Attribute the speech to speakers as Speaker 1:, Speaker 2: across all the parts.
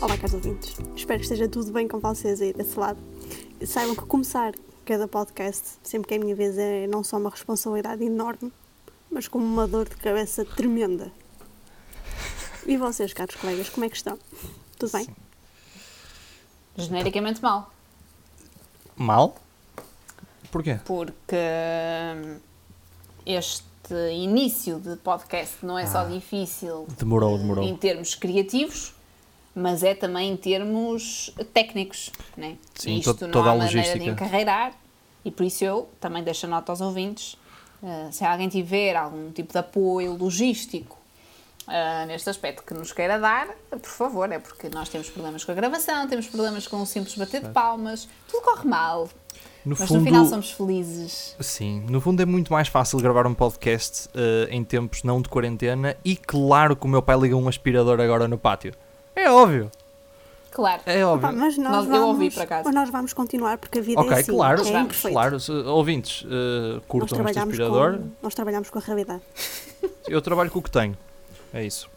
Speaker 1: Olá, caros ouvintes. Espero que esteja tudo bem com vocês aí desse lado. Saibam que começar cada podcast, sempre que é a minha vez, é não só uma responsabilidade enorme, mas como uma dor de cabeça tremenda. E vocês, caros colegas, como é que estão? Tudo bem?
Speaker 2: Genericamente mal.
Speaker 3: Mal? Porquê?
Speaker 2: Porque hum, este início de podcast não é só difícil
Speaker 3: Ah. Demorou,
Speaker 2: em
Speaker 3: demorou.
Speaker 2: termos criativos, mas é também em termos técnicos. Né?
Speaker 3: Sim,
Speaker 2: E Isto
Speaker 3: to-
Speaker 2: não
Speaker 3: toda
Speaker 2: há
Speaker 3: a
Speaker 2: maneira de
Speaker 3: logística.
Speaker 2: encarreirar e por isso eu também deixo a nota aos ouvintes. eh, se alguém tiver algum tipo de apoio logístico ah, neste aspecto que nos queira dar, por favor, é porque nós temos problemas com a gravação, temos problemas com o simples bater de palmas, tudo corre mal.
Speaker 3: No
Speaker 2: mas
Speaker 3: fundo,
Speaker 2: no final somos felizes.
Speaker 3: sim, no fundo é muito mais fácil gravar um podcast eh, em tempos não de quarentena e claro que o meu pai liga um aspirador agora no pátio. É óbvio,
Speaker 2: Claro.
Speaker 3: é óbvio.
Speaker 1: Pá, mas nós
Speaker 2: Nós-
Speaker 1: vamos,
Speaker 2: eu ouvi, por acaso.
Speaker 1: Mas nós vamos continuar porque a vida
Speaker 3: ok,
Speaker 1: é assim.
Speaker 3: claro,
Speaker 1: é
Speaker 2: vamos,
Speaker 1: imperfeita.
Speaker 3: claro. se- ouvintes, eh,
Speaker 1: Nós
Speaker 3: curtam este
Speaker 1: trabalhamos,
Speaker 3: aspirador.
Speaker 1: com, nós trabalhamos com a realidade.
Speaker 3: Eu trabalho com o que tenho. É isso.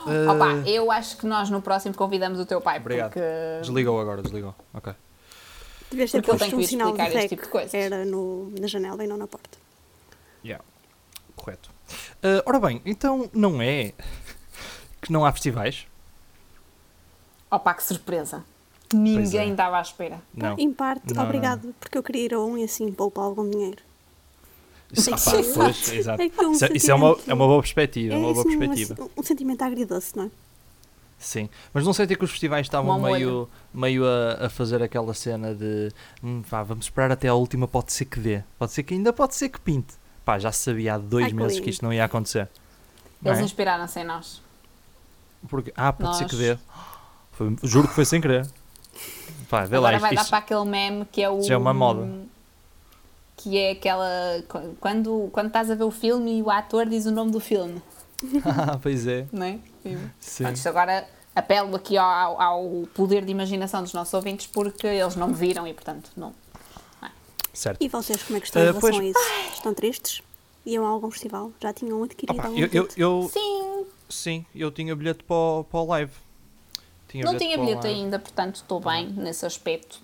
Speaker 2: Opa, eu acho que nós no próximo convidamos o teu pai,
Speaker 3: Obrigado.
Speaker 2: porque
Speaker 3: Eh, Desligou agora, desligou. Ok.
Speaker 1: Devias ter
Speaker 2: Porque ele tem
Speaker 1: posto
Speaker 2: que
Speaker 1: um
Speaker 2: vir
Speaker 1: sinal de
Speaker 2: explicar este
Speaker 1: rec.
Speaker 2: tipo de coisas.
Speaker 1: Era no, na janela e não na porta.
Speaker 3: Yeah. Correto. Eh, ora bem, então não é que não há festivais?
Speaker 2: opa, que surpresa. Ninguém
Speaker 3: é.
Speaker 2: estava à espera.
Speaker 3: Não.
Speaker 1: Em parte,
Speaker 3: Não,
Speaker 1: obrigado, porque eu queria ir a um e assim poupa algum dinheiro.
Speaker 3: Isso,
Speaker 2: Sim,
Speaker 3: ah, pá,
Speaker 2: sim.
Speaker 3: pois, exato.
Speaker 1: É que é um
Speaker 3: Isso, é- isso é, uma,
Speaker 1: sentimento-
Speaker 3: é uma boa perspectiva, é uma boa
Speaker 1: assim, um-
Speaker 3: perspectiva.
Speaker 1: Um, sentimento agridoce, não é?
Speaker 3: Sim. Mas não sei até que os festivais estavam
Speaker 2: Uma
Speaker 3: meio, meio a, a fazer aquela cena de "Hum, pá, vamos esperar até à última, pode ser que dê. Pode ser que ainda pode ser que pinte. Pá, já se sabia há dois
Speaker 1: Ai, que
Speaker 3: meses
Speaker 1: lindo.
Speaker 3: que isto não ia acontecer. Não
Speaker 2: Eles
Speaker 3: é?
Speaker 2: inspiraram-se em nós.
Speaker 3: Porque, ah, pode ser que dê.
Speaker 2: Nós-
Speaker 3: Foi- juro que foi sem querer. Pá, vê
Speaker 2: Agora
Speaker 3: lá,
Speaker 2: vai
Speaker 3: isto,
Speaker 2: dar para aquele meme que é o.
Speaker 3: isso é uma moda.
Speaker 2: Que é aquela. Quando, quando estás a ver o filme e o ator diz o nome do filme,
Speaker 3: Ah, pois é.
Speaker 2: não é?
Speaker 3: Sim.
Speaker 2: Pronto, isto agora apelo aqui ao, ao- ao poder de imaginação dos nossos ouvintes porque eles não me viram e, portanto, não.
Speaker 3: Certo.
Speaker 1: E vocês, como é que estão
Speaker 3: Ah,
Speaker 1: em relação
Speaker 3: pois-
Speaker 1: a isso? Estão tristes? Iam a algum festival? Já tinham um adquirido
Speaker 3: Opa,
Speaker 1: algum
Speaker 3: eu, eu,
Speaker 1: bilhete?
Speaker 3: eu-
Speaker 2: Sim,
Speaker 3: sim, eu tinha bilhete para o, para o live. Tinha
Speaker 2: Não tinha
Speaker 3: para o
Speaker 2: bilhete
Speaker 3: live.
Speaker 2: ainda, portanto estou bem nesse aspecto.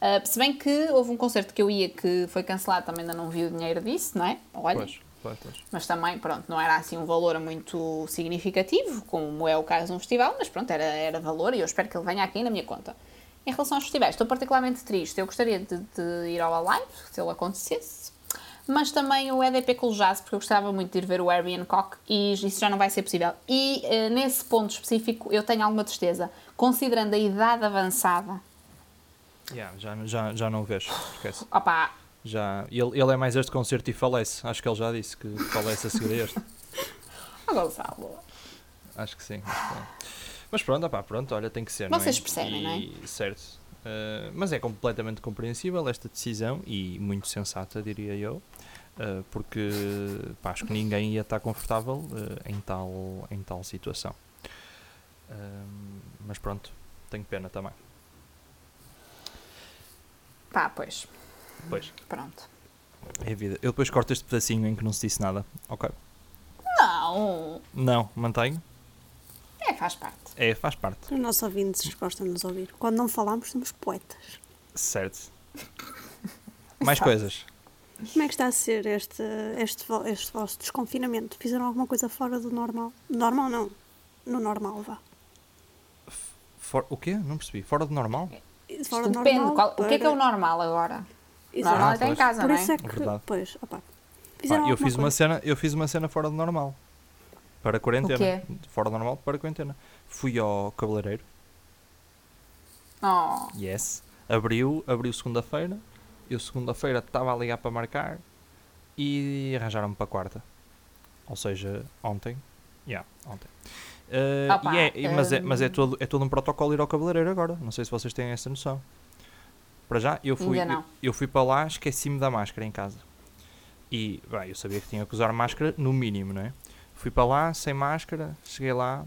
Speaker 2: Ah, se bem que houve um concerto que eu ia que foi cancelado, também ainda não vi o dinheiro disso, não é? Olha,
Speaker 3: Pois, pois, pois.
Speaker 2: mas também, pronto, não era assim um valor muito significativo, como é o caso de um festival, mas pronto, era, era valor e eu espero que ele venha aqui na minha conta. Em relação aos festivais, estou particularmente triste. Eu gostaria de, de ir ao Alive, se ele acontecesse, mas também o EDP com o Jazz, porque eu gostava muito de ir ver o Airbnb Hancock e isso já não vai ser possível. E eh, nesse ponto específico eu tenho alguma tristeza, considerando a idade avançada.
Speaker 3: Yeah, já, não- já, já não o vejo, esquece.
Speaker 2: Opá,
Speaker 3: Já, ele, ele é mais este concerto e falece. Acho que ele já disse que falece a seguir a este.
Speaker 2: ó Gonçalo.
Speaker 3: Acho que sim. acho que é. Mas pronto, opá, pronto, olha, tem que ser. não é?
Speaker 2: Vocês percebem, não é?
Speaker 3: E- Certo. Uh, mas é completamente compreensível esta decisão e muito sensata, diria eu, uh, porque pá, acho que ninguém ia estar confortável uh, em, tal, em tal situação. Um, mas pronto, tenho pena também.
Speaker 2: Pá, pois,
Speaker 3: Pois,
Speaker 2: pronto.
Speaker 3: é a vida. Eu depois corto este pedacinho em que não se disse nada. Ok.
Speaker 2: Não,
Speaker 3: Não, mantenho.
Speaker 2: é, faz parte.
Speaker 3: É, faz parte.
Speaker 1: Os nossos ouvintes gostam de nos ouvir. Quando não falamos, somos poetas.
Speaker 3: Certo. Mais
Speaker 2: Exato.
Speaker 3: coisas.
Speaker 1: Como é que está a ser este, este, vo- este vosso desconfinamento? Fizeram alguma coisa fora do normal? Normal não. No normal, vá.
Speaker 3: For- o quê? Não percebi. Fora do normal?
Speaker 1: Fora do
Speaker 2: Depende,
Speaker 1: normal
Speaker 2: qual- o que é que é o
Speaker 1: para-
Speaker 2: normal agora?
Speaker 1: Exato.
Speaker 2: Normal até em
Speaker 3: pois.
Speaker 2: casa,
Speaker 1: Por
Speaker 2: não é?
Speaker 1: isso é que,
Speaker 3: Verdade.
Speaker 1: pois, opá,
Speaker 3: Pá,
Speaker 1: fizeram
Speaker 3: eu
Speaker 1: alguma
Speaker 3: fiz uma
Speaker 1: coisa.
Speaker 3: cena, eu fiz uma cena fora do normal. Para a quarentena.
Speaker 2: O quê?
Speaker 3: Fora do normal, para a quarentena. Fui ao cabeleireiro.
Speaker 2: Oh,
Speaker 3: Yes. Abriu, abriu segunda-feira. Eu segunda-feira estava a ligar para marcar e arranjaram-me para quarta. Ou seja, ontem. Yeah, ontem. Uh,
Speaker 2: Opa,
Speaker 3: e é- e- mas é, mas é,
Speaker 2: hum.
Speaker 3: todo, é todo um protocolo ir ao cabeleireiro agora. Não sei se vocês têm essa noção. Para já, eu fui,
Speaker 2: Ainda não.
Speaker 3: eu, eu fui para lá, esqueci-me da máscara em casa. E, bem, eu sabia que tinha que usar máscara no mínimo, não é? Fui para lá, sem máscara, cheguei lá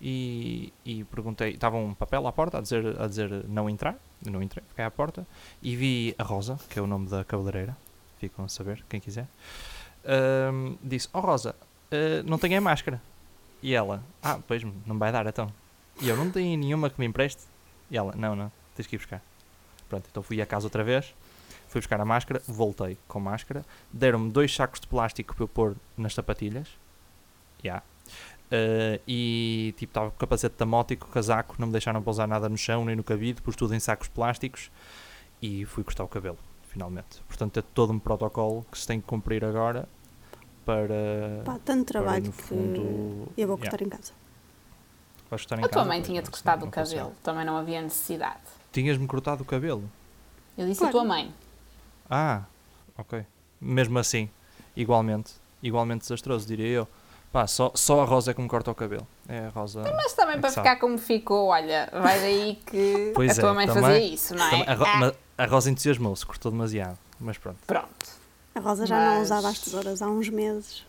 Speaker 3: e, e perguntei. Estava um papel à porta a dizer, a dizer não entrar. Eu Não entrei, fiquei à porta e vi a Rosa, que é o nome da cabeleireira. Ficam a saber, quem quiser. Ahm, disse: Oh Rosa, ah, não tenho a máscara. E ela: Ah, pois não vai dar então. E eu não tenho nenhuma que me empreste. E ela, não, não, tens que ir buscar. Pronto, então fui à casa outra vez, fui buscar a máscara, voltei com máscara, deram-me dois sacos de plástico para eu pôr nas sapatilhas. Já. Eh, e tipo, estava com o capacete da moto e com o casaco, não me deixaram pousar nada no chão nem no cabide, pus tudo em sacos plásticos e fui cortar o cabelo, finalmente. Portanto, é todo um protocolo que se tem que cumprir agora para.
Speaker 1: Pá, tanto
Speaker 3: para,
Speaker 1: trabalho
Speaker 3: no
Speaker 1: que
Speaker 3: fundo,
Speaker 1: eu
Speaker 3: yeah.
Speaker 1: vou cortar em casa.
Speaker 3: Vais estar em
Speaker 2: A tua
Speaker 3: casa,
Speaker 2: mãe
Speaker 3: pois,
Speaker 2: tinha-te
Speaker 3: não-
Speaker 2: cortado
Speaker 3: não
Speaker 2: o
Speaker 3: aconteceu.
Speaker 2: cabelo, também não havia necessidade.
Speaker 3: Tinhas-me cortado o cabelo?
Speaker 2: Eu disse
Speaker 1: Claro.
Speaker 2: a tua mãe.
Speaker 3: Ah, ok. Mesmo assim, igualmente, igualmente desastroso, diria eu. Pá, só, só a Rosa é que me corta o cabelo. É a Rosa.
Speaker 2: Mas
Speaker 3: É
Speaker 2: também
Speaker 3: que
Speaker 2: para
Speaker 3: sabe.
Speaker 2: ficar como ficou, olha, vai daí que
Speaker 3: Pois
Speaker 2: a tua
Speaker 3: é,
Speaker 2: mãe
Speaker 3: também-
Speaker 2: fazia isso, não é?
Speaker 3: Também- A, Ro-
Speaker 2: Ah,
Speaker 3: ma- a Rosa entusiasmou-se, cortou demasiado. Mas pronto.
Speaker 2: Pronto.
Speaker 1: A Rosa já não
Speaker 2: Mas-
Speaker 1: usava as tesouras há uns meses.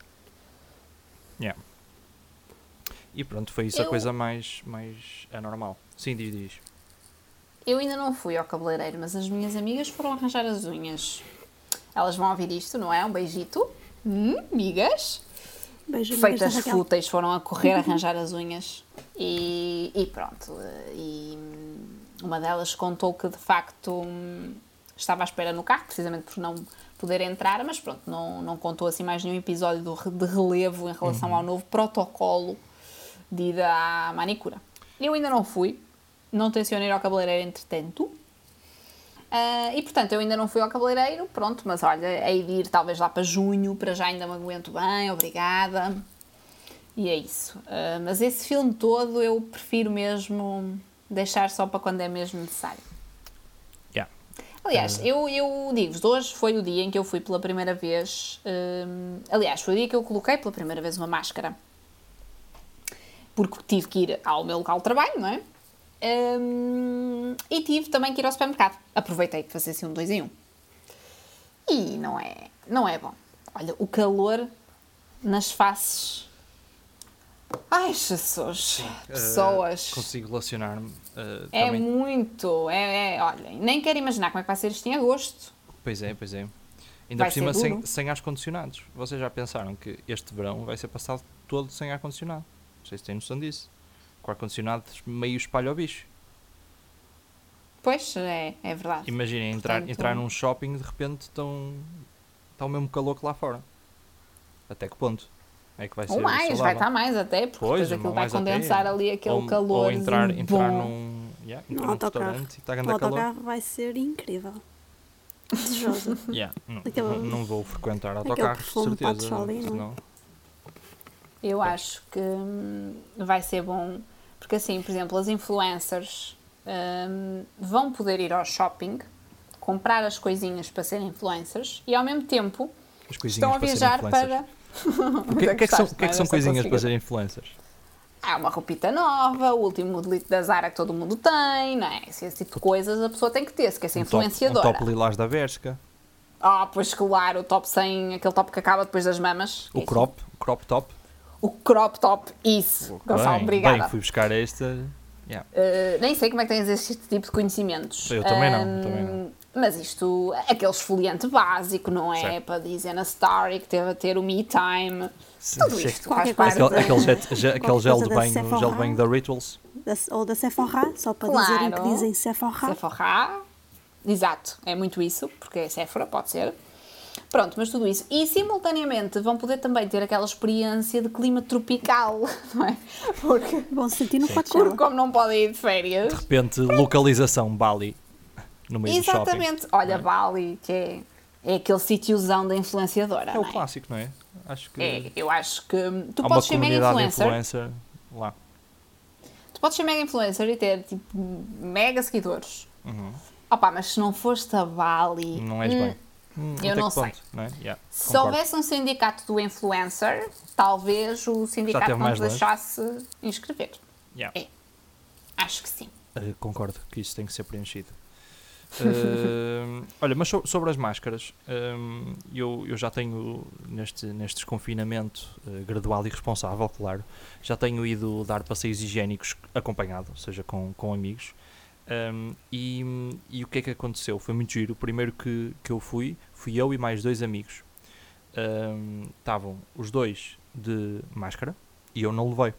Speaker 3: Yeah. E pronto, foi isso a
Speaker 2: Eu-
Speaker 3: coisa mais, mais anormal. Sim, diz, diz.
Speaker 2: Eu ainda não fui ao cabeleireiro, mas as minhas amigas foram arranjar as unhas. Elas vão ouvir isto, não é? Um beijito. Hum, amigas.
Speaker 1: Beijo, amigas da
Speaker 2: Feitas
Speaker 1: Raquel.
Speaker 2: fúteis foram a correr arranjar as unhas. E, e pronto. E uma delas contou que de facto hum, estava à espera no carro, precisamente por não poder entrar, mas pronto, não, não contou assim mais nenhum episódio do re- de relevo em relação ao novo protocolo de ida à manicura. Eu ainda não fui, não tenciono ir ao cabeleireiro entretanto. Ah, e portanto, eu ainda não fui ao cabeleireiro, pronto, mas olha, hei de ir talvez lá para junho, para já ainda me aguento bem, obrigada. E é isso. Ah, mas esse filme todo eu prefiro mesmo deixar só para quando é mesmo necessário.
Speaker 3: Yeah.
Speaker 2: Aliás,
Speaker 3: É.
Speaker 2: eu, eu digo-vos, hoje foi o dia em que eu fui pela primeira vez. hum, aliás, foi o dia que eu coloquei pela primeira vez uma máscara. Porque tive que ir ao meu local de trabalho, não é? Hum, e tive também que ir ao supermercado. Aproveitei que fazia assim um 2 em 1. Um. E não é, não é bom. Olha, o calor nas faces. Ai, Jesus! Pessoas.
Speaker 3: Eh, consigo relacionar-me. eh,
Speaker 2: É
Speaker 3: também-
Speaker 2: muito, é, é, olhem, nem quero imaginar como é que vai ser isto em agosto.
Speaker 3: Pois é, pois é. Ainda
Speaker 2: Vai
Speaker 3: por cima,
Speaker 2: ser
Speaker 3: sem,
Speaker 2: duro.
Speaker 3: sem ar-condicionados. Vocês já pensaram que este verão vai ser passado todo sem ar-condicionado? Vocês têm noção disso? Com ar-condicionado meio espalha o bicho.
Speaker 2: Pois, é, é verdade.
Speaker 3: Imaginem entrar,
Speaker 2: Portanto-
Speaker 3: entrar num shopping de repente estão, está o mesmo calor que lá fora. Até que ponto? É que vai ser
Speaker 2: Ou mais, vai
Speaker 3: saudável?
Speaker 2: estar mais até, porque
Speaker 3: Pois,
Speaker 2: depois aquilo
Speaker 3: mas
Speaker 2: vai
Speaker 3: mais até,
Speaker 2: condensar ali aquele
Speaker 3: ou,
Speaker 2: calor.
Speaker 3: Ou entrar, entrar
Speaker 2: bom.
Speaker 3: num, yeah, entrar
Speaker 1: No
Speaker 3: num
Speaker 1: autocarro.
Speaker 3: restaurante e está a
Speaker 1: O
Speaker 3: ganhar calor.
Speaker 1: autocarro vai ser incrível. Desejoso.
Speaker 3: Yeah, não,
Speaker 1: Aquele-
Speaker 3: não- não vou frequentar autocarros, de
Speaker 1: perfume
Speaker 3: certeza.
Speaker 1: Pato Cholim, não é?
Speaker 3: senão-
Speaker 2: Eu acho que hum, vai ser bom, porque assim, por exemplo, as influencers hum, vão poder ir ao shopping, comprar as coisinhas para serem influencers e ao mesmo tempo
Speaker 3: As coisinhas
Speaker 2: estão a
Speaker 3: para serem
Speaker 2: viajar
Speaker 3: influencers.
Speaker 2: para.
Speaker 3: O que, o que é que são, o
Speaker 2: Gostaste,
Speaker 3: que é que
Speaker 2: não é?
Speaker 3: são coisinhas para
Speaker 2: Dessa classificação.
Speaker 3: serem influencers?
Speaker 2: Há Ah, uma roupita nova, o último modelito da Zara que todo mundo tem, não é? Esse, esse tipo de coisas a pessoa tem que ter, se quer ser
Speaker 3: Um top-
Speaker 2: influenciadora.
Speaker 3: Um top lilás da Bershka,
Speaker 2: Ah, pois claro, o top sem aquele top que acaba depois das mamas.
Speaker 3: o
Speaker 2: Isso.
Speaker 3: crop, o crop top.
Speaker 2: O crop top, isso. Gonçalo,
Speaker 3: bem,
Speaker 2: obrigada.
Speaker 3: Bem, fui buscar esta. Yeah.
Speaker 2: Uh, nem sei como é que tens este tipo de conhecimentos.
Speaker 3: Eu também não,
Speaker 2: Ahm,
Speaker 3: também não.
Speaker 2: Mas isto, aquele esfoliante básico, não é?
Speaker 3: Certo.
Speaker 2: Para dizer na Story que teve a ter o me time.
Speaker 3: Sim,
Speaker 2: Tudo
Speaker 3: sim.
Speaker 2: isto faz
Speaker 1: Qualquer coisa
Speaker 2: parte.
Speaker 3: Aquele, aquele,
Speaker 1: da-
Speaker 3: jet- ge- aquele
Speaker 1: qualquer
Speaker 3: gel de
Speaker 1: coisa da
Speaker 3: banho, o gel de
Speaker 1: Sephora.
Speaker 3: banho da Rituals.
Speaker 1: Da- ou da Sephora, só para
Speaker 2: Claro.
Speaker 1: dizerem que dizem Sephora.
Speaker 2: Sephora. Exato, é muito isso, porque é Sephora, pode ser. Pronto, mas tudo isso. E simultaneamente vão poder também ter aquela experiência de clima tropical, não é? Porque,
Speaker 1: Vão se sentir no
Speaker 2: porque
Speaker 1: Coachella.
Speaker 2: como não podem ir de férias.
Speaker 3: De repente, localização Bali no meio Tá do shopping.
Speaker 2: Exatamente. Olha, Bali, que é, é aquele sítiozão da influenciadora.
Speaker 3: É o
Speaker 2: não é?
Speaker 3: clássico, não é? Acho que
Speaker 2: É, eu acho que hum, tu
Speaker 3: há uma
Speaker 2: podes ser mega
Speaker 3: comunidade
Speaker 2: influencer.
Speaker 3: influencer lá.
Speaker 2: Tu podes ser mega influencer e ter tipo mega seguidores. Opa, mas se não foste a Bali.
Speaker 3: Uhum. Não és
Speaker 2: hum,
Speaker 3: bem. Hum,
Speaker 2: eu
Speaker 3: até
Speaker 2: não
Speaker 3: que ponto, não é? Yeah,
Speaker 2: Se
Speaker 3: concordo.
Speaker 2: houvesse um sindicato do influencer, talvez o sindicato
Speaker 3: teve
Speaker 2: não
Speaker 3: mais
Speaker 2: te
Speaker 3: longe.
Speaker 2: deixasse inscrever.
Speaker 3: Yeah.
Speaker 2: É. Acho que sim.
Speaker 3: Uh, concordo que isso tem que ser preenchido. Uh, olha, mas so- sobre as máscaras, um, eu, eu já tenho, neste, neste desconfinamento uh, gradual e responsável, claro, já tenho ido dar passeios higiênicos acompanhado, ou seja, com, com amigos. Um, e, e o que é que aconteceu? Foi muito giro. O primeiro que, que eu fui, fui eu e mais dois amigos. Ehm, Um, Estavam os dois de máscara e eu não levei.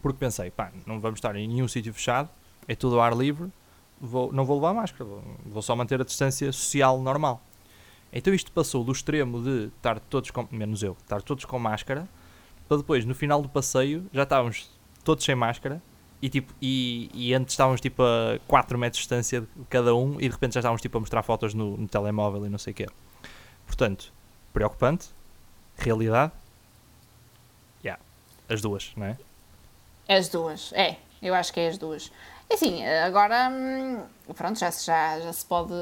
Speaker 3: Porque pensei, pá, não vamos estar em nenhum sítio fechado, é tudo ao ar livre, vou, não vou levar máscara, vou, vou só manter a distância social normal. Então isto passou do extremo de estar todos com, menos eu, estar todos com máscara, para depois, no final do passeio, já estávamos todos sem máscara e, tipo, e, e antes estávamos tipo a 4 metros de distância de cada um e de repente já estávamos tipo a mostrar fotos no, no telemóvel e não sei o quê. Portanto, preocupante, realidade, yeah, as duas, não é?
Speaker 2: As duas, é. Eu acho que é as duas. E assim, agora, hum, pronto, já, se- já, já se pode.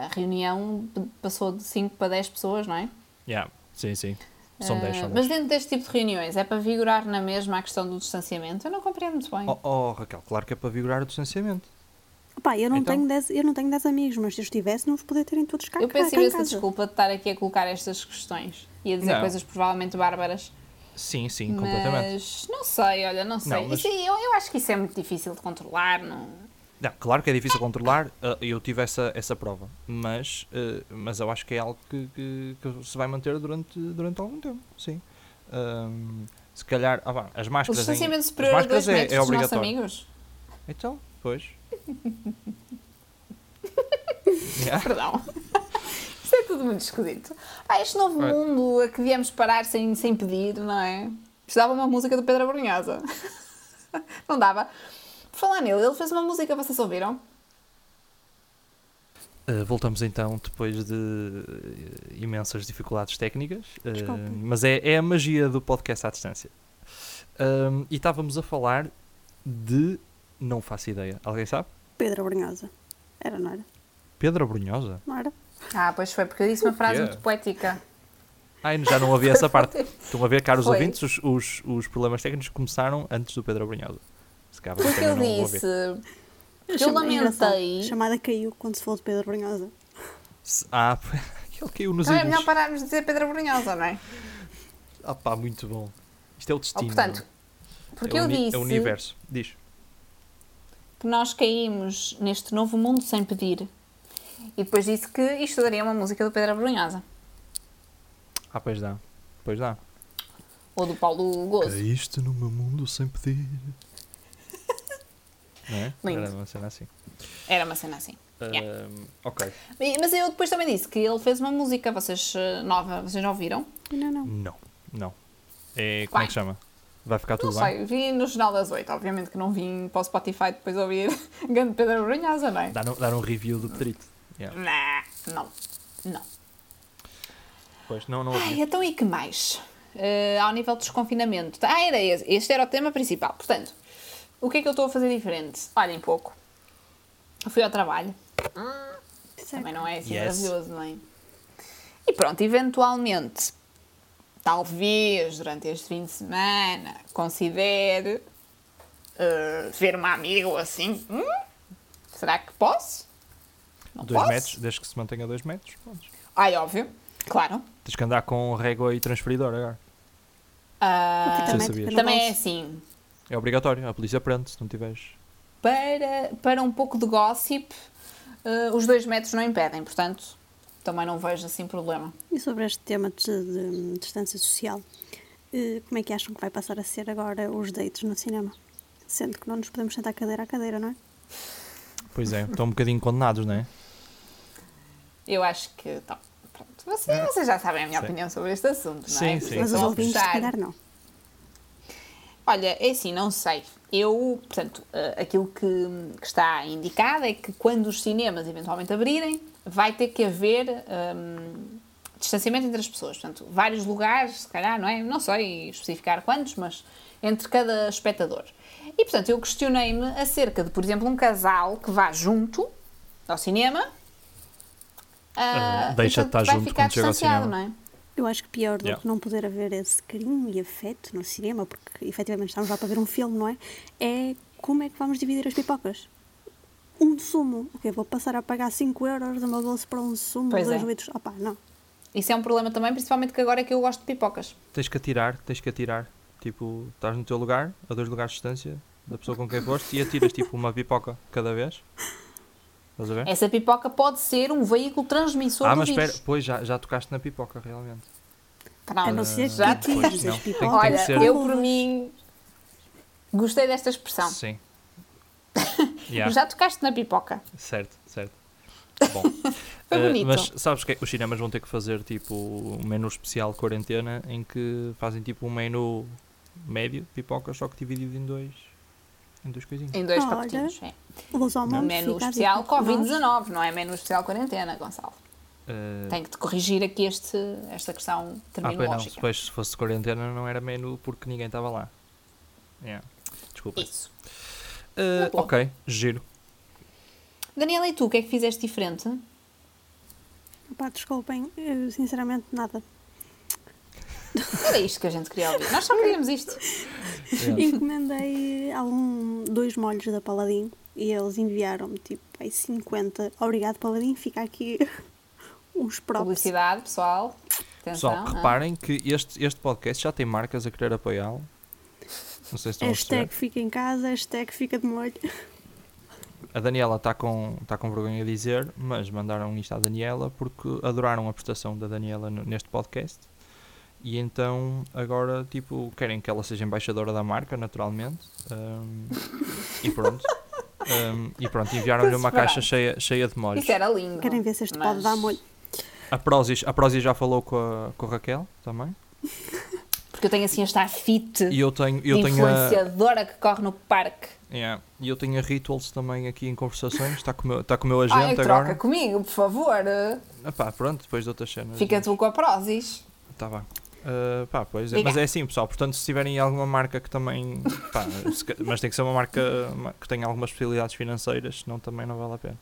Speaker 2: A reunião de- passou de 5 para 10 pessoas, não é?
Speaker 3: Yeah, sim, sim. São
Speaker 2: Ah,
Speaker 3: 10, são 10.
Speaker 2: Mas dentro deste tipo de reuniões, é para vigorar na mesma a questão do distanciamento? Eu não compreendo muito bem.
Speaker 3: Oh, oh, Raquel, claro que é para vigorar o distanciamento.
Speaker 1: Pá, eu não,
Speaker 3: Então?
Speaker 1: tenho dez, eu não tenho 10 amigos, mas se eu estivesse, não os poder terem todos cá,
Speaker 2: Eu
Speaker 1: cá, cá Ah,
Speaker 2: peço
Speaker 1: tá, em
Speaker 2: imensa
Speaker 1: casa.
Speaker 2: desculpa de estar aqui a colocar estas questões e a dizer
Speaker 3: Não.
Speaker 2: coisas provavelmente bárbaras.
Speaker 3: Sim, sim, completamente.
Speaker 2: Mas não sei, olha, não sei.
Speaker 3: mas-
Speaker 2: Isso- eu, eu acho que isso é muito difícil de controlar. Não...
Speaker 3: Não, claro que é difícil controlar, eh, eu tive essa, essa prova, mas, eh, mas eu acho que é algo que, que- que se vai manter durante, durante algum tempo, sim. Ahm, se calhar, ah, pá, as
Speaker 2: O
Speaker 3: máscaras. em-
Speaker 2: distanciamento
Speaker 3: as
Speaker 2: superior a
Speaker 3: máscaras
Speaker 2: 2 metros
Speaker 3: é, é
Speaker 2: dos nossos
Speaker 3: obrigatório.
Speaker 2: amigos?
Speaker 3: Então, pois. Yeah.
Speaker 2: Perdão. Isso é tudo muito esquisito. Ah, este novo
Speaker 3: Olha.
Speaker 2: mundo a que viemos parar sem, sem pedir, não é? Precisava uma música do Pedro Abrunhosa. não dava. Por falar nele, ele fez uma música, vocês ouviram?
Speaker 3: Eh, voltamos então depois de eh, imensas dificuldades técnicas, eh,
Speaker 1: Desculpa.
Speaker 3: mas é, é a magia do podcast à distância. Ahm, e estávamos a falar de. Não faço ideia. Alguém sabe?
Speaker 1: Pedro Brunhosa. Era, não era?
Speaker 3: Pedro Brunhosa?
Speaker 1: Não era?
Speaker 2: Ah, pois foi, porque eu disse uma frase
Speaker 3: quê?
Speaker 2: muito poética.
Speaker 3: Ai, já não havia essa parte. Estão a ver, caros
Speaker 2: Foi.
Speaker 3: ouvintes, os, os, os problemas técnicos começaram antes do Pedro Brunhosa. Se calhar vocês
Speaker 2: Porque eu
Speaker 3: também não vão ouvir.
Speaker 2: disse. "Então Eu
Speaker 1: Chama- é engraçado.
Speaker 2: lamentei.
Speaker 1: A chamada caiu quando se falou de Pedro Brunhosa.
Speaker 3: Se- Ah, ele caiu nos
Speaker 2: Então é melhor
Speaker 3: ídolos.
Speaker 2: pararmos de dizer Pedro Abrunhosa, não é?
Speaker 3: Ah pá, muito bom. Isto é o
Speaker 2: Ou,
Speaker 3: destino.
Speaker 2: Oh, portanto,
Speaker 3: não é?
Speaker 2: porque
Speaker 3: é o
Speaker 2: eu
Speaker 3: uni-
Speaker 2: disse
Speaker 3: É o universo. Diz.
Speaker 2: que nós caímos neste novo mundo sem pedir. E depois disse que isto daria uma música do Pedro Abrunhosa.
Speaker 3: Ah, pois dá. Pois dá.
Speaker 2: Ou do Paulo Gozo.
Speaker 3: Caíste no meu mundo sem pedir. Não é?
Speaker 2: Lindo.
Speaker 3: Era uma cena assim.
Speaker 2: Era uma cena assim. Yeah.
Speaker 3: Ahm, ok.
Speaker 2: E- Mas eu depois também disse que ele fez uma música, vocês eh, nova, vocês não ouviram?
Speaker 1: Não, não.
Speaker 3: Não. Não. É, como é
Speaker 2: Vai.
Speaker 3: que chama? Vai ficar
Speaker 2: Não
Speaker 3: tudo bem?
Speaker 2: sei, vi no Jornal das Oito, obviamente que não vim para o Spotify depois ouvir grande Pedro Abrunhosa, não é?
Speaker 3: Dar um, dar um review do Pedrito. Yeah.
Speaker 2: Não, não, não.
Speaker 3: Pois, não, não
Speaker 2: Ai,
Speaker 3: ouvi.
Speaker 2: então e que mais? Eh, ao nível do desconfinamento. Ah, era esse. Este era o tema principal. Portanto, o que é que eu estou a fazer diferente? Olhem pouco. Eu fui ao trabalho. Também não é assim
Speaker 3: Yes.
Speaker 2: maravilhoso, não é? E pronto, eventualmente, talvez durante este fim de semana, considere eh, ver uma amiga ou assim. Hum? Será que posso? Não
Speaker 3: Dois
Speaker 2: posso?
Speaker 3: metros, desde que se mantenha dois metros. Pronto.
Speaker 2: Ai, óbvio. Claro.
Speaker 3: Tens que andar com um régua e transferidor agora.
Speaker 2: Ah,
Speaker 1: Porque
Speaker 3: Sim,
Speaker 1: também,
Speaker 3: sabias.
Speaker 1: eu não
Speaker 2: também é
Speaker 1: posso.
Speaker 2: assim.
Speaker 3: É obrigatório, a polícia prende se não tiveres.
Speaker 2: para, para um pouco de gossip, eh, os dois metros não impedem, portanto, também não vejo assim problema.
Speaker 1: E sobre este tema de, de- de distância social, eh, como é que acham que vai passar a ser agora os dates no cinema? Sendo que não nos podemos sentar cadeira a cadeira, não é?
Speaker 3: Pois é, estão um bocadinho condenados, não é?
Speaker 2: Eu acho que. Tá, pronto. Vocês, vocês já sabem a minha
Speaker 3: Sim.
Speaker 2: opinião sobre este assunto, não é?
Speaker 3: Sim,
Speaker 1: Mas os
Speaker 2: Vou
Speaker 1: ouvintes, se
Speaker 2: puxar.
Speaker 1: calhar, não.
Speaker 2: Olha, é assim, não sei. Eu, portanto, eh, aquilo que, que está indicado é que quando os cinemas eventualmente abrirem, vai ter que haver hum, distanciamento entre as pessoas. Portanto, vários lugares, se calhar, não é? Não sei especificar quantos, mas entre cada espectador. E, portanto, eu questionei-me acerca de, por exemplo, um casal que vá junto ao cinema. ah,
Speaker 3: Ah, deixa de estar
Speaker 2: portanto, vai
Speaker 3: junto
Speaker 2: ficar
Speaker 3: quando chega ao
Speaker 2: distanciado,
Speaker 3: cinema.
Speaker 2: Não é?
Speaker 1: Eu acho que pior do
Speaker 3: Yeah.
Speaker 1: que não poder haver esse carinho e afeto no cinema, porque efetivamente estamos lá para ver um filme, não é? É como é que vamos dividir as pipocas? Um sumo. Ok, vou passar a pagar 5 euros do meu bolso para um sumo,
Speaker 2: Pois
Speaker 1: dois
Speaker 2: é.
Speaker 1: litros. Opá, não.
Speaker 2: Isso é um problema também, principalmente que agora é que eu gosto de pipocas.
Speaker 3: Tens que atirar, tens que atirar. Tipo, estás no teu lugar, a dois lugares de distância, da pessoa com quem foste, e atiras tipo uma pipoca cada vez. Estás a ver?
Speaker 2: Essa pipoca pode ser um veículo transmissor
Speaker 3: ah,
Speaker 2: do
Speaker 3: mas
Speaker 2: vírus.
Speaker 3: espera, pois já, já tocaste na pipoca, realmente.
Speaker 1: A
Speaker 2: Pronto.
Speaker 1: não ser
Speaker 2: já
Speaker 1: Ah, que
Speaker 2: te-
Speaker 1: tires
Speaker 3: Ah, não,
Speaker 1: as
Speaker 3: tem que-
Speaker 1: pipocas.
Speaker 3: tem que
Speaker 2: Olha,
Speaker 3: ser-
Speaker 1: com
Speaker 2: eu
Speaker 1: luvas.
Speaker 2: por mim Gostei desta expressão.
Speaker 3: Sim. Yeah,
Speaker 2: Então. Já tocaste na pipoca.
Speaker 3: Certo, certo. Bom.
Speaker 2: Foi
Speaker 3: eh,
Speaker 2: bonito.
Speaker 3: mas sabes que os cinemas vão ter que fazer tipo um menu especial de quarentena em que fazem tipo um menu médio de pipocas, só que dividido em dois em duas coisinhas.
Speaker 2: Em dois
Speaker 1: Olha,
Speaker 2: pacotinhos. É.
Speaker 1: Luz ao
Speaker 2: Um
Speaker 1: mundo,
Speaker 2: menu
Speaker 1: fica a
Speaker 2: especial
Speaker 1: dica para nós.
Speaker 2: Covid-19, não é menu especial quarentena, Gonçalo.
Speaker 3: Eh,
Speaker 2: Tenho que te corrigir aqui este, esta
Speaker 3: ah, pois
Speaker 2: questão
Speaker 3: não, se
Speaker 2: terminológica.
Speaker 3: depois se fosse quarentena não era menu porque ninguém estava lá. Yeah. Desculpa.
Speaker 2: Isso.
Speaker 3: Eh,
Speaker 2: tá bom.
Speaker 3: ok, giro.
Speaker 2: Daniela, e tu, o que é que fizeste diferente?
Speaker 1: Pá, desculpem, eu, sinceramente nada.
Speaker 2: Era isto que a gente queria ouvir. Nós só queríamos isto.
Speaker 3: Yeah.
Speaker 1: Encomendei algum, dois molhos da Paladin e eles enviaram-me tipo aí 50. Obrigado, Paladin, fica aqui uns props.
Speaker 2: Publicidade, pessoal. Atenção.
Speaker 3: Pessoal,
Speaker 2: ah.
Speaker 3: reparem que este, este podcast já tem marcas a querer apoiá-lo. Não sei se estão a perceber.
Speaker 1: Hashtag fica em casa, hashtag fica de molho.
Speaker 3: A Daniela está com, tá com vergonha de dizer, mas mandaram isto à Daniela porque adoraram a prestação da Daniela n- neste podcast. E então agora, tipo, querem que ela seja embaixadora da marca, naturalmente. Ahm, e pronto. Ahm, e pronto, enviaram-lhe uma caixa cheia, cheia de molhos.
Speaker 2: Isso é- era lindo.
Speaker 1: Querem ver se este
Speaker 2: mas-
Speaker 1: pode dar molho.
Speaker 3: A Prozis, a Prozis já falou com a, com a Raquel também.
Speaker 2: Porque eu tenho assim esta fit
Speaker 3: E eu tenho, eu
Speaker 2: de
Speaker 3: tenho a,
Speaker 2: influenciadora que corre no parque.
Speaker 3: yeah, e eu tenho a Rituals também aqui em conversações. Está com o meu, tá com o meu
Speaker 2: Ai,
Speaker 3: agente
Speaker 2: troca
Speaker 3: agora.
Speaker 2: comigo, por favor.
Speaker 3: Epá, pronto, depois de outras cenas.
Speaker 2: Fica
Speaker 3: mas-
Speaker 2: tu com a Prozis.
Speaker 3: Tá bem. Ah, pá, pois é.
Speaker 2: Diga.
Speaker 3: Mas é assim, pessoal. Portanto, se tiverem alguma marca que também. pá, se ca- mas tem que ser uma marca uma- que tenha algumas possibilidades financeiras, senão também não vale a pena.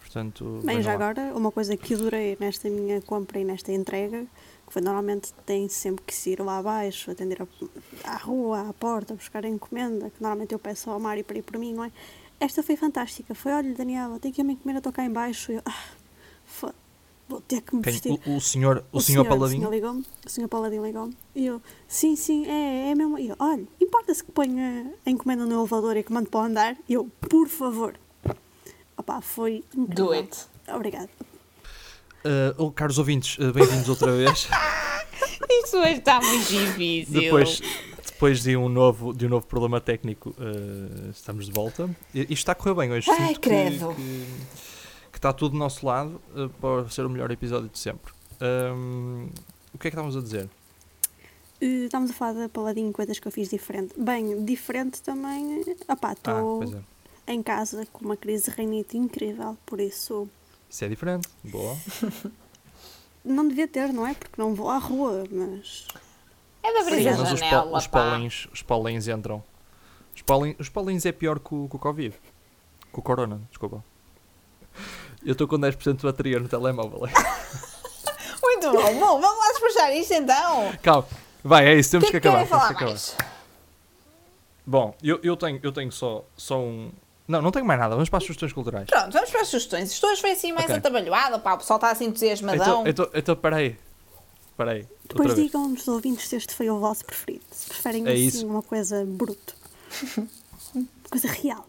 Speaker 3: Portanto,
Speaker 1: Bem,
Speaker 3: vejam
Speaker 1: já
Speaker 3: lá.
Speaker 1: agora, uma coisa que adorei nesta minha compra e nesta entrega, que foi normalmente tem sempre que se ir lá abaixo, atender a- à rua, à porta, buscar a encomenda, que normalmente eu peço ao Mário para ir por mim, não é? Esta foi fantástica. Foi, olha, Daniela, tenho aqui uma encomenda, estou cá em baixo. E eu, ah, fo- vou ter que me
Speaker 3: Quem-
Speaker 1: vestir.
Speaker 3: o, o senhor, o senhor,
Speaker 1: O
Speaker 3: Paladinho.
Speaker 1: senhor ligou-me, o senhor Paladino ligou-me. E eu, sim, sim, é, é mesmo. E eu, olha, importa-se que ponha a encomenda no elevador e que mande para o andar? E eu, por favor. Opá, foi incrível.
Speaker 2: Do it.
Speaker 1: Obrigada.
Speaker 3: Ah, oh, caros ouvintes, ah, bem-vindos outra vez.
Speaker 2: Isso hoje está muito difícil.
Speaker 3: depois, depois de, um novo, de um novo problema técnico, ah, estamos de volta. E- Isto está a correr bem hoje.
Speaker 2: Ai,
Speaker 3: Sinto que-
Speaker 2: credo.
Speaker 3: Que, que está tudo do nosso lado ah, para ser o melhor episódio de sempre. Ahm, o que é que estávamos a dizer?
Speaker 1: Uh, Estamos a falar da Paladinho, coisas que eu fiz diferente. Bem, diferente também. eh, Opá,
Speaker 3: Ah,
Speaker 1: estou
Speaker 3: pois é.
Speaker 1: em casa com uma crise de reinite incrível, por isso
Speaker 3: Isso é diferente. Boa.
Speaker 1: não devia ter, não é? Porque não vou à rua, mas.
Speaker 2: É de abrir
Speaker 1: Sim,
Speaker 2: a
Speaker 3: mas os,
Speaker 2: janela,
Speaker 3: pol, os,
Speaker 2: pá.
Speaker 3: paulins, os paulins entram. Os paulins, os paulins é pior que o, que o Covid. Que o Corona, desculpa. Eu estou com 10% de bateria no telemóvel.
Speaker 2: Muito bom. Bom, vamos lá despachar isto então.
Speaker 3: Calma. Vai, é isso.
Speaker 2: O que
Speaker 3: Temos
Speaker 2: é
Speaker 3: que,
Speaker 2: que
Speaker 3: acabar. temos
Speaker 2: querem falar
Speaker 3: que acabar.
Speaker 2: mais?
Speaker 3: Bom, eu, eu tenho, eu tenho só, só um... Não, não tenho mais nada. Vamos para as sugestões culturais.
Speaker 2: Pronto, vamos para as sugestões. Isto hoje foi assim mais
Speaker 3: Ok.
Speaker 2: atabalhoada, pá. O pessoal está assim entusiasmadão.
Speaker 3: Então, então, então, peraí. Peraí.
Speaker 1: Depois
Speaker 3: Outra vez.
Speaker 1: digam-nos, ouvintes, se este foi o vosso preferido. Se preferem
Speaker 3: É
Speaker 1: assim
Speaker 3: isso.
Speaker 1: uma coisa bruto. Uma coisa real.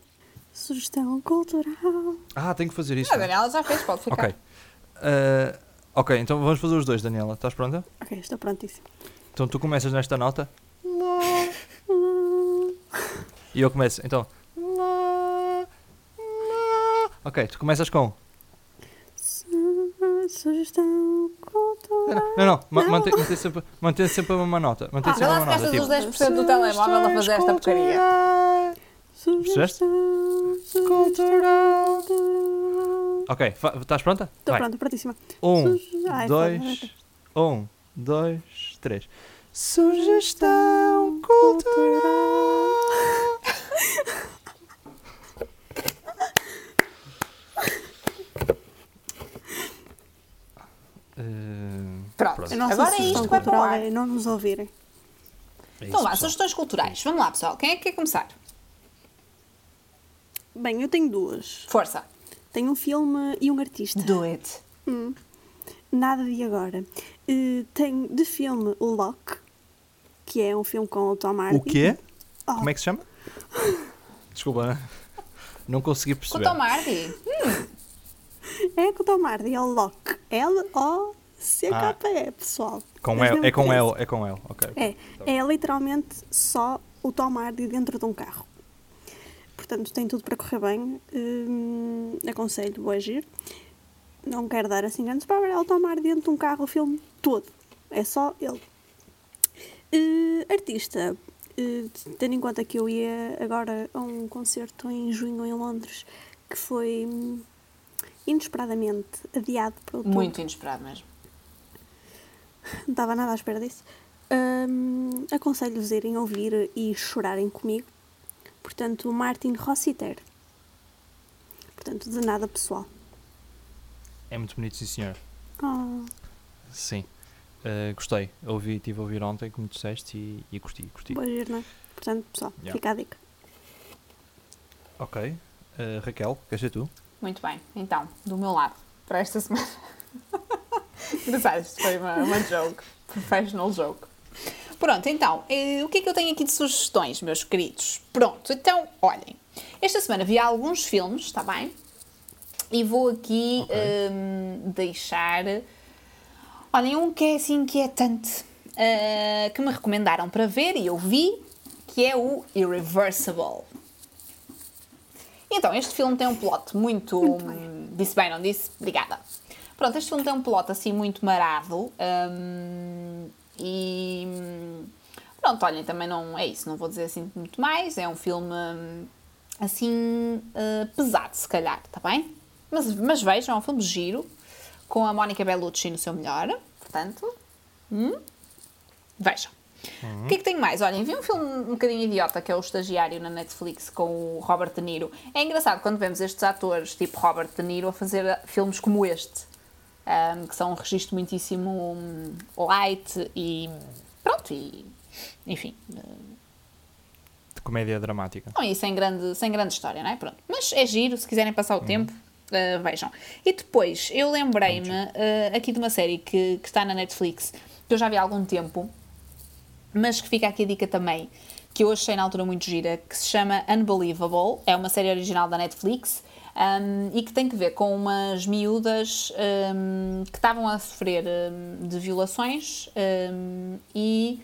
Speaker 1: Sugestão cultural.
Speaker 3: Ah, tenho que fazer isso.
Speaker 2: Ah, a
Speaker 3: né?
Speaker 2: Daniela já fez, pode é ficar.
Speaker 3: Ok. Ah, ok, então vamos fazer os dois, Daniela. Estás pronta?
Speaker 1: Ok, estou prontíssimo.
Speaker 3: Então tu começas nesta nota? E eu começo, então. Ok, tu começas com.
Speaker 1: Su- Sugestão cultural.
Speaker 3: Não, não, ma-
Speaker 1: Não.
Speaker 3: mantém mantém sempre, mantém sempre a mesma nota. Mantém
Speaker 2: Ah,
Speaker 3: sempre a
Speaker 2: Daniela,
Speaker 3: mesma nota.
Speaker 2: ficaste dos
Speaker 3: Tipo,
Speaker 2: 10% do telemóvel a fazer esta porcaria.
Speaker 3: Percebeste?
Speaker 1: Sugestão
Speaker 3: Cultural.
Speaker 1: cultural.
Speaker 3: Ok, fa- estás pronta?
Speaker 1: Estou
Speaker 3: Vai.
Speaker 1: pronta, prontíssima.
Speaker 3: Um,
Speaker 1: Suge- Ai,
Speaker 3: dois,
Speaker 1: foda-se.
Speaker 3: um, dois, três. Sugestão cultural. Eh,
Speaker 2: Pronto,
Speaker 1: A nossa
Speaker 2: agora é
Speaker 1: sugestão
Speaker 2: isto que vai para o
Speaker 1: cultural
Speaker 2: ar.
Speaker 1: é não nos ouvirem.
Speaker 3: é
Speaker 2: Então
Speaker 3: isso,
Speaker 2: vá,
Speaker 3: pessoal.
Speaker 2: sugestões culturais. Vamos lá, pessoal. Quem é que quer começar?
Speaker 1: Bem, eu tenho duas.
Speaker 2: Força.
Speaker 1: Tenho um filme e um artista.
Speaker 2: Do it.
Speaker 1: Nada de agora. Eh, tenho de filme o Locke, que é um filme com o Tom Hardy.
Speaker 3: O quê?
Speaker 1: Oh,
Speaker 3: Como é que se chama? Desculpa, não consegui
Speaker 2: Com o
Speaker 3: perceber.
Speaker 2: Tom Hardy.
Speaker 1: É com o Tom Hardy, é o Locke. L-O-C-K-E, pessoal.
Speaker 3: Com
Speaker 1: Mas
Speaker 3: L,
Speaker 1: não
Speaker 3: é Ah. com
Speaker 1: interessa.
Speaker 3: L, é com L, ok.
Speaker 1: É, é literalmente só o Tom Hardy dentro de um carro. Portanto, tem tudo para correr bem. Hum, aconselho, vou agir. Não quero dar assim grandes spoiler. É o Tom Hardy dentro de um carro o filme todo. É só ele. Eh, artista, eh, tendo em conta que eu ia agora a um concerto em junho em Londres, que foi hum, inesperadamente adiado para outubro.
Speaker 2: Muito inesperado mesmo.
Speaker 1: Não estava nada à espera disso. Hum, Aconselho-vos a irem ouvir e chorarem comigo. Portanto, Martin Rossiter. Portanto, de nada pessoal.
Speaker 3: É muito bonito, sim, senhor.
Speaker 1: Oh,
Speaker 3: Sim. Uh, gostei. Ouvi, estive a ouvir ontem, como disseste, e, e curti, curti.
Speaker 1: boa giro, não é? Portanto, pessoal,
Speaker 3: Yeah.
Speaker 1: fica a dica.
Speaker 3: Ok. Uh, Raquel, queres ser tu?
Speaker 2: Muito bem, então, do meu lado, para esta semana. Engraçado, isto foi uma, uma joke, professional joke. Pronto, então, eh, o que é que eu tenho aqui de sugestões, meus queridos? Pronto, então, olhem, esta semana vi alguns filmes, está bem? E vou aqui
Speaker 3: Ok.
Speaker 2: hum, deixar. Olhem, um que é assim inquietante, ah, que me recomendaram para ver e eu vi, que é o Irreversible. Então, este filme tem um plot muito. hum, disse bem, não disse? Obrigada. Pronto, este filme tem um plot assim muito marado hum, e. hum, Pronto, olhem, também não é isso, não vou dizer assim muito mais. É um filme hum, assim eh, pesado, se calhar, está bem? Mas, mas vejam, é um filme giro, com a Mónica Bellucci no seu melhor, portanto, hum, Vejam. O que é que tenho mais? Olhem, vi um filme um bocadinho idiota que é O Estagiário na Netflix com o Robert De Niro. É engraçado quando vemos estes atores, tipo Robert De Niro, a fazer ah, filmes como este, ahm, que são um registro muitíssimo hum, light e. pronto, e. enfim. eh,
Speaker 3: De comédia dramática.
Speaker 2: Não, e sem grande, sem grande história, não é? Pronto. Mas é giro, se quiserem passar o tempo, uh, vejam. E depois, eu lembrei-me uh, aqui de uma série que, que está na Netflix, que eu já vi há algum tempo, mas que fica aqui a dica também, que eu achei na altura muito gira, que se chama Unbelievable, é uma série original da Netflix, um, e que tem que ver com umas miúdas um, que estavam a sofrer um, de violações um, e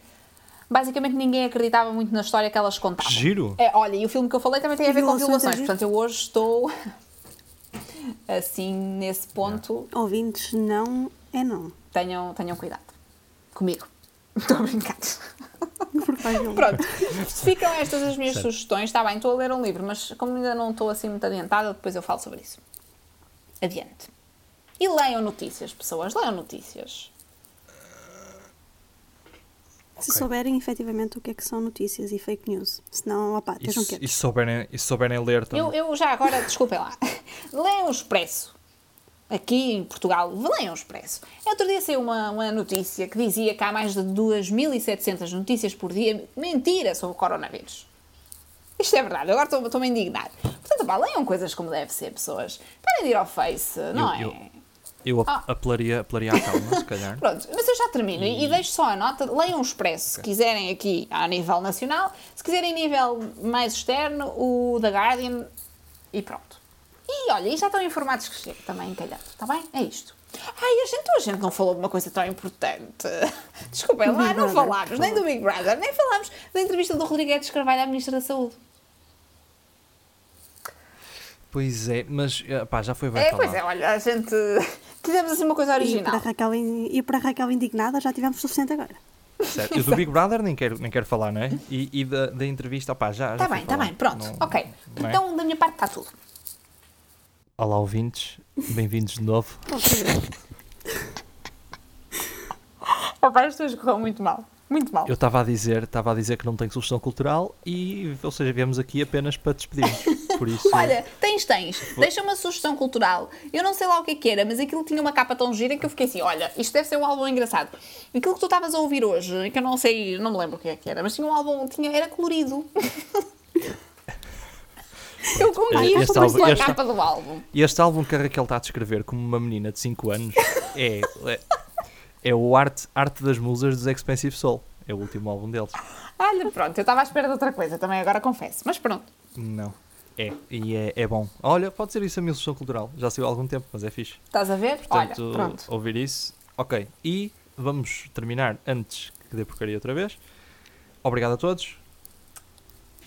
Speaker 2: basicamente ninguém acreditava muito na história que elas contavam.
Speaker 3: Giro.
Speaker 2: É, olha, e o filme que eu falei também tem a ver com
Speaker 1: Violações,
Speaker 2: violações,
Speaker 1: é giro.
Speaker 2: portanto eu hoje estou assim nesse ponto.
Speaker 1: Ouvintes, não é não.
Speaker 2: Tenham, tenham cuidado comigo. Estou a brincar.
Speaker 1: Porque faz violão.
Speaker 2: Pronto, ficam estas as minhas
Speaker 3: Certo.
Speaker 2: sugestões. Está bem, estou a ler um livro, mas como ainda não estou assim muito adiantada, depois eu falo sobre isso. Adiante. E leiam notícias, pessoas, leiam notícias.
Speaker 1: Se
Speaker 3: Ok.
Speaker 1: souberem efetivamente o que é que são notícias e fake news. Senão, opá,
Speaker 3: E
Speaker 1: estejam
Speaker 3: se, e
Speaker 1: quietos.
Speaker 3: se souberem, e se souberem ler também.
Speaker 2: Eu, eu já agora, desculpem lá, leiam o Expresso. Aqui em Portugal, leiam o Expresso. Outro dia saiu uma, uma notícia que dizia que há mais de 2.700 notícias por dia. Mentira sobre o coronavírus. Isto é verdade, agora estou- estou-me a indignar. Portanto, pá, leiam coisas como deve ser, pessoas. Parem de ir ao Face, não é?
Speaker 3: eu, eu ap-
Speaker 2: Ah.
Speaker 3: apelaria, apelaria à calma, se calhar.
Speaker 2: Pronto, mas eu já termino e, e deixo só a nota. Leiam o Expresso, se quiserem aqui a nível nacional, se quiserem a nível mais externo, o da Guardian e pronto. E olha, e já estão informados que chego também, calhar, está bem? É isto. Ai, a gente, a gente não falou de uma coisa tão importante. Desculpem lá, não
Speaker 1: Brother,
Speaker 2: falámos
Speaker 1: por
Speaker 2: nem do Big Brother, nem falámos da entrevista do Rodrigues Carvalho à Ministra da Saúde.
Speaker 3: Pois é, mas eh, pá, já foi bem
Speaker 2: É,
Speaker 3: falado.
Speaker 2: pois é, olha, a gente. Quisemos assim uma coisa
Speaker 1: E para,
Speaker 2: original.
Speaker 1: a Raquel, in- e para a Raquel indignada, já tivemos suficiente agora.
Speaker 2: é.
Speaker 3: Certo. Eu do Big Brother nem quero, nem quero falar, não é? E, e da, da entrevista, opá, já.
Speaker 2: Está Tá bem, está bem, pronto, ok.
Speaker 3: é?
Speaker 1: é.
Speaker 2: Então, da minha parte, está tudo.
Speaker 3: Olá, ouvintes, bem-vindos de novo.
Speaker 2: Papai, isto hoje correu muito mal. Muito mal.
Speaker 3: Eu estava a dizer, estava a dizer que não tenho solução cultural e, ou seja, viemos aqui apenas para despedirmos. Por isso,
Speaker 2: Olha, tens, tens. Deixa uma sugestão cultural. Eu não sei lá o que é que era, mas aquilo tinha uma capa tão gira que eu fiquei assim: olha, isto deve ser um álbum engraçado. Aquilo que tu estavas a ouvir hoje, que eu não sei, não me lembro o que é que era, mas tinha um álbum, tinha, era colorido. eu conquista
Speaker 3: este
Speaker 2: pela
Speaker 3: álbum- este-
Speaker 2: capa do álbum.
Speaker 3: este álbum que a Raquel está a descrever como uma menina de 5 anos é, é, é o arte, arte das Musas dos Expensive Soul. É o último álbum deles.
Speaker 2: Olha, pronto, eu estava à espera de outra coisa também, agora confesso. Mas pronto.
Speaker 3: Não. É, e é, é bom. Olha, pode ser isso a minha solução cultural. Já saiu há algum tempo, mas é fixe.
Speaker 2: Estás a ver?
Speaker 3: Portanto,
Speaker 2: olha, pronto.
Speaker 3: ouvir isso. Ok, e vamos terminar antes que dê porcaria outra vez. Obrigado a todos.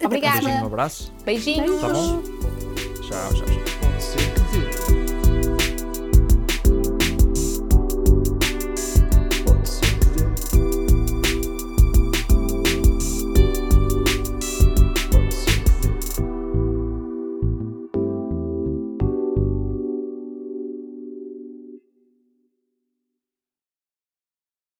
Speaker 2: Obrigada.
Speaker 3: Um beijinho, um abraço.
Speaker 2: Beijinhos.
Speaker 3: Tá bom? Tá Tchau, tchau, tchau.